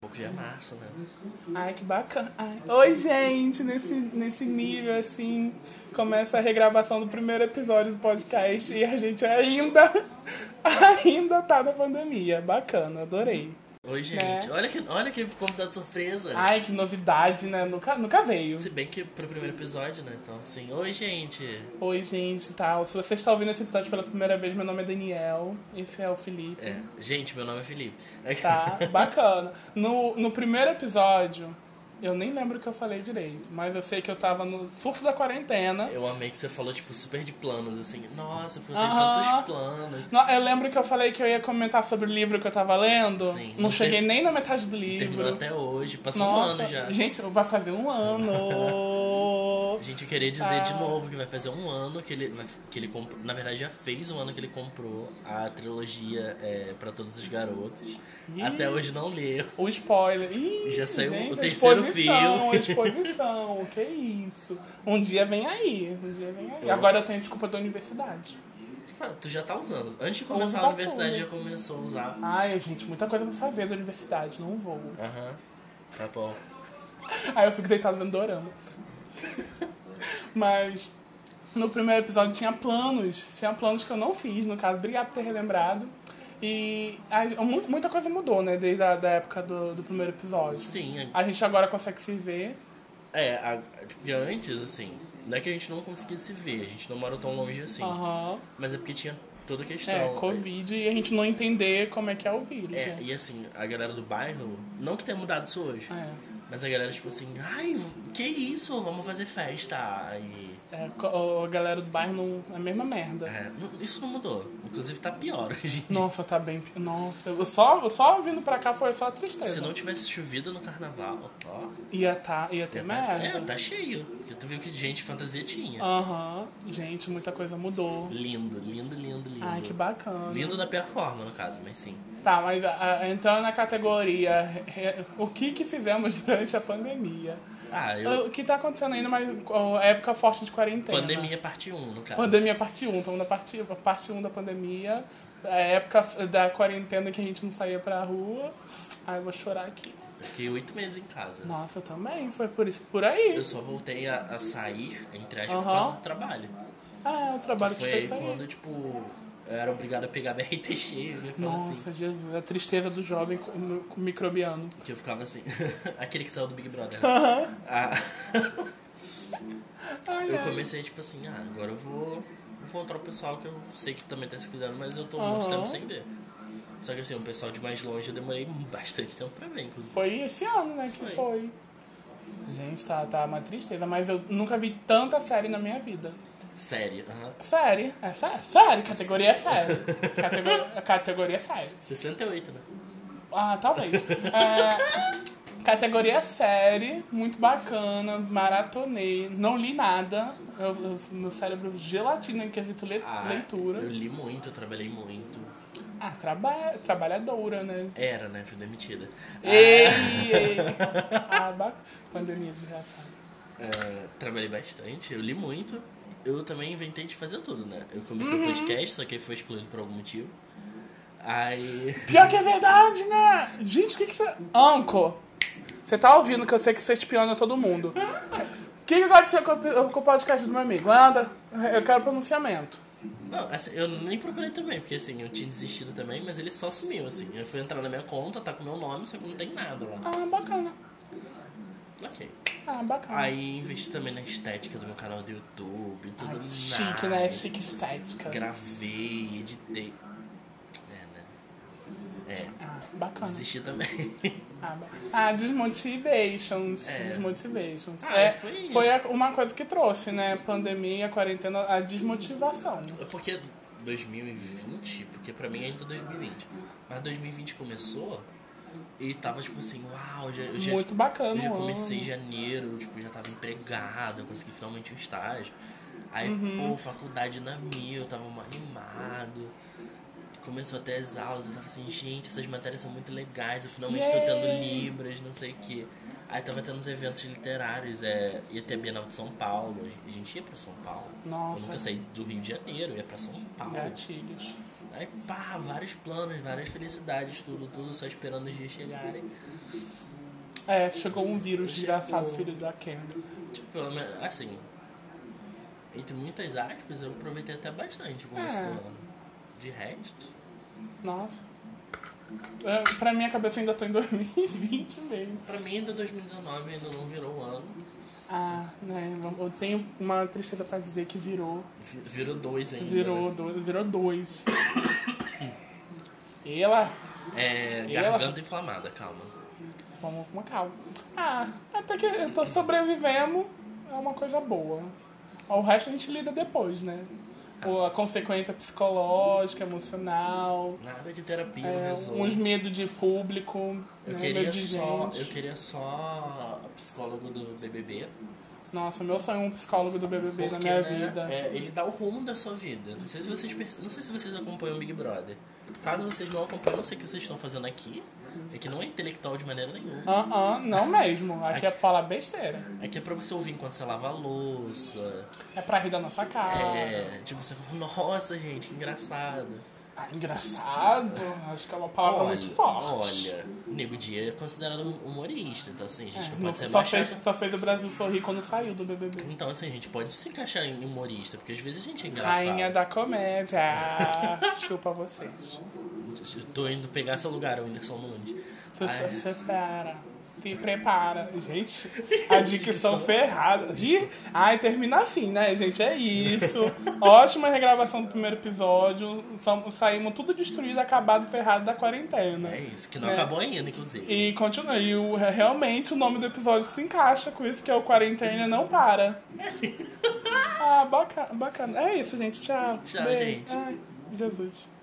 pouco já é massa, né? Ai, que bacana. Ai. Oi, gente, nesse, nesse nível, assim, começa a regravação do primeiro episódio do podcast e a gente ainda, ainda tá na pandemia. Bacana, adorei. Oi, gente. Olha, que, olha que convidado surpresa. Ai, que novidade, né? Nunca, nunca veio. Se bem que pro primeiro episódio, né? Então, assim, oi, gente. Oi, gente, tal. Se você está ouvindo esse episódio pela primeira vez, meu nome é Daniel. Esse é o Felipe. É, gente, meu nome é Felipe. Tá, bacana. No, no primeiro episódio, eu nem lembro o que eu falei direito, mas eu sei que eu tava no surto da quarentena. Eu amei que você falou, tipo, super de planos, assim. Nossa, eu tenho Aham. tantos planos. Não, Eu lembro que eu falei que eu ia comentar sobre o livro que eu tava lendo. Sim, não não cheguei tem- nem na metade do Terminou livro. até hoje, passou um Nossa, ano já. gente, vai fazer um ano. Gente, eu queria dizer de Ah. novo que vai fazer um ano que ele, vai- que ele comprou. Na verdade, já fez um ano que ele comprou a trilogia é, para todos os garotos. Até hoje não leu. O spoiler. Ih, Já saiu gente, o a terceiro exposição, fio. A exposição, que isso. Um dia vem aí, um dia vem aí. Eu- Agora eu tenho desculpa da universidade. Cara, tu já tá usando. Antes de começar Usa a universidade, tudo. já começou a usar. Ai, gente, muita coisa pra fazer da universidade, não vou. Aham. Tá bom. Aí eu fico deitado vendo dorama. Mas no primeiro episódio tinha planos, tinha planos que eu não fiz, no caso, obrigado por ter relembrado. E a- mu- muita coisa mudou, né, desde a da época do, do primeiro episódio. Sim, A gente agora consegue se ver. é. a- tipo, porque antes, assim, não é que a gente não conseguia se ver, a gente não mora tão longe assim. Aham. Mas é porque tinha toda a questão. É, Covid e a gente não entender como é que é o vírus, Então, É, né? e assim, a galera do bairro, não que tenha mudado isso hoje, É. mas a galera, tipo assim, ai, que isso, vamos fazer festa. Aí, É, co- a galera do bairro não. É a mesma merda. é, não- isso não mudou. Inclusive tá pior hoje. Nossa, tá bem. Nossa, eu só, eu só vindo pra cá foi só tristeza. Se não tivesse chovido no carnaval, ó. Ia, É, tá, ia ter ia tá, merda. Ah, é, tá cheio. Porque tu viu que gente fantasia tinha. Aham, gente, muita coisa mudou. Lindo, lindo, lindo, lindo. Ai, que bacana. Lindo da pior forma, no caso, mas sim. Tá, mas ah, ah, entrando na categoria, re- o que que fizemos durante a pandemia? Ah, eu. O que tá acontecendo ainda, mas ó, época forte de quarentena. Pandemia parte 1, no caso. Pandemia parte 1, estamos na parte, parte 1 da pandemia. É A época f- da quarentena que a gente não saía pra rua. Ai, eu vou chorar aqui. Eu fiquei oito meses em casa. Nossa, eu também, foi por isso, por aí. Eu só voltei a, a sair, entre aspas, por Aham. causa do trabalho. Ah, o trabalho que Foi você aí saiu. quando, tipo, eu era obrigado a pegar BRT cheio, né? Ficava Nossa, assim. Jesus, a tristeza do jovem co- no- microbiano. Que eu ficava assim. Aquele que saiu do Big Brother. né? Ah, Ai, eu ai. comecei, tipo assim, ah, agora eu vou encontrar o pessoal que eu sei que também tá se cuidando, mas eu tô muito Aham. tempo sem ver. Só que assim, o pessoal de mais longe eu demorei bastante tempo pra ver, inclusive. Foi esse ano, né? Que foi. Foi. Gente, tá, tá uma tristeza, mas eu nunca vi tanta série na minha vida. Sério. aham. Série, é sé- série, categoria é série. Categoria, categoria é série. 68, né? Ah, talvez. É, categoria série, muito bacana, maratonei, não li nada, eu, eu- meu cérebro gelatina em quesito le, Ah, leitura. Eu li muito, eu trabalhei muito. Ah, traba, trabalhadora, né? Era, né? Fui demitida. Ei, ei. Ah, bacana. Pandemia desgraçada. É, trabalhei bastante, eu li muito. Eu também inventei de fazer tudo, né? Eu comecei Uhum. o podcast, só que foi excluído por algum motivo. Aí. Pior que é verdade, né? Gente, o que que você. Anco, você tá ouvindo que eu sei que você espiona todo mundo. O que, que aconteceu com, o- com o podcast do meu amigo? Anda, eu quero pronunciamento. Não, assim, eu nem procurei também, porque assim, eu tinha desistido também, mas ele só sumiu, assim. Eu fui entrar na minha conta, tá com meu nome, só que não tem nada lá. Ah, bacana. Ok. Ah, bacana. Aí investi também na estética do meu canal do YouTube, tudo Ai, que nice. chique, né? Chique estética. Gravei, editei. É, né? É, Ah, bacana. desisti também. Ah, ba- ah, Desmotivations. É. Desmotivations. Ah, é, foi isso. foi a- uma coisa que trouxe, né? Pandemia, quarentena, a desmotivação. É Porque 2020, porque pra mim ainda é 2020. Mas 2020 começou e tava tipo assim, uau, já, eu já, Muito bacana, eu já o comecei em ano. janeiro, tipo, já tava empregado, eu consegui finalmente um estágio. Aí, Uhum. pô, faculdade na minha, eu tava mó animado. Começou até as aulas, eu tava assim, gente, essas matérias são muito legais, eu finalmente tô tendo Yay! Libras, não sei o quê. Aí tava tendo uns eventos literários, é, ia ter a Bienal de São Paulo, a gente ia pra São Paulo. Nossa. É. Eu nunca saí do Rio de Janeiro, eu ia pra São Paulo. tipo, Gatilhos. Aí pá, vários planos, várias felicidades, tudo, tudo, só esperando os dias chegarem. É, chegou um vírus desgraçado, filho da Kendall. Tipo, pelo menos, assim, entre muitas aspas, eu aproveitei até bastante o começo É. do ano. De resto, Nossa. Eu, pra minha cabeça eu ainda tô em 2020 mesmo. pra mim ainda 2019 ainda não virou o ano. Ah, né? Eu tenho uma tristeza pra dizer que virou. Vi- Virou dois ainda. Virou né? dois. Virou dois. Ela. É, Ela- garganta inflamada, calma. Vamos com calma. Ah, até que eu tô sobrevivendo é uma coisa boa. O resto a gente lida depois, né? Ou a consequência psicológica, emocional, Nada de terapia não é, resolve. uns medo de público, Eu né, queria medo de só, gente. eu queria só a psicólogo do BBB. Nossa, meu sonho é um psicólogo do BBB na Porque, minha né, vida. é, ele dá o rumo da sua vida. Não sei se vocês perce- não sei se vocês acompanham o Big Brother. Caso vocês não acompanhem, eu não sei o que vocês estão fazendo aqui. É que não é intelectual de maneira nenhuma. Ah, ah, não mesmo. Aqui é pra falar besteira. Aqui é pra você ouvir enquanto você lava a louça. É pra rir da nossa cara. É, tipo, você fala, nossa, gente, que engraçado. Ah, engraçado. Acho que é uma palavra muito forte. É, Olha, o Nego Dia é considerado um humorista, então assim, a gente não Não- pode ser só, baixado. fez, só fez o Brasil sorrir quando saiu do BBB. Então assim, a gente pode se encaixar em humorista, porque às vezes a gente é engraçado. Rainha da comédia. Chupa vocês. Eu tô indo pegar seu lugar, o Whindersson Nunes. Ah, Se Ai. se prepara. Se prepara. Gente, a dicção ferrada. Ih, Ai, termina assim, né, gente? É isso. Ótima regravação do primeiro episódio. Sam- Saímos tudo destruído, acabado, ferrado da quarentena. É isso, que não É. acabou ainda, inclusive. E continua. E o- é, realmente o nome do episódio se encaixa com isso, que é o Quarentena Não Para. Ah, bacana. bacana. É isso, gente. Tchau. Tchau, gente. Ai, Jesus.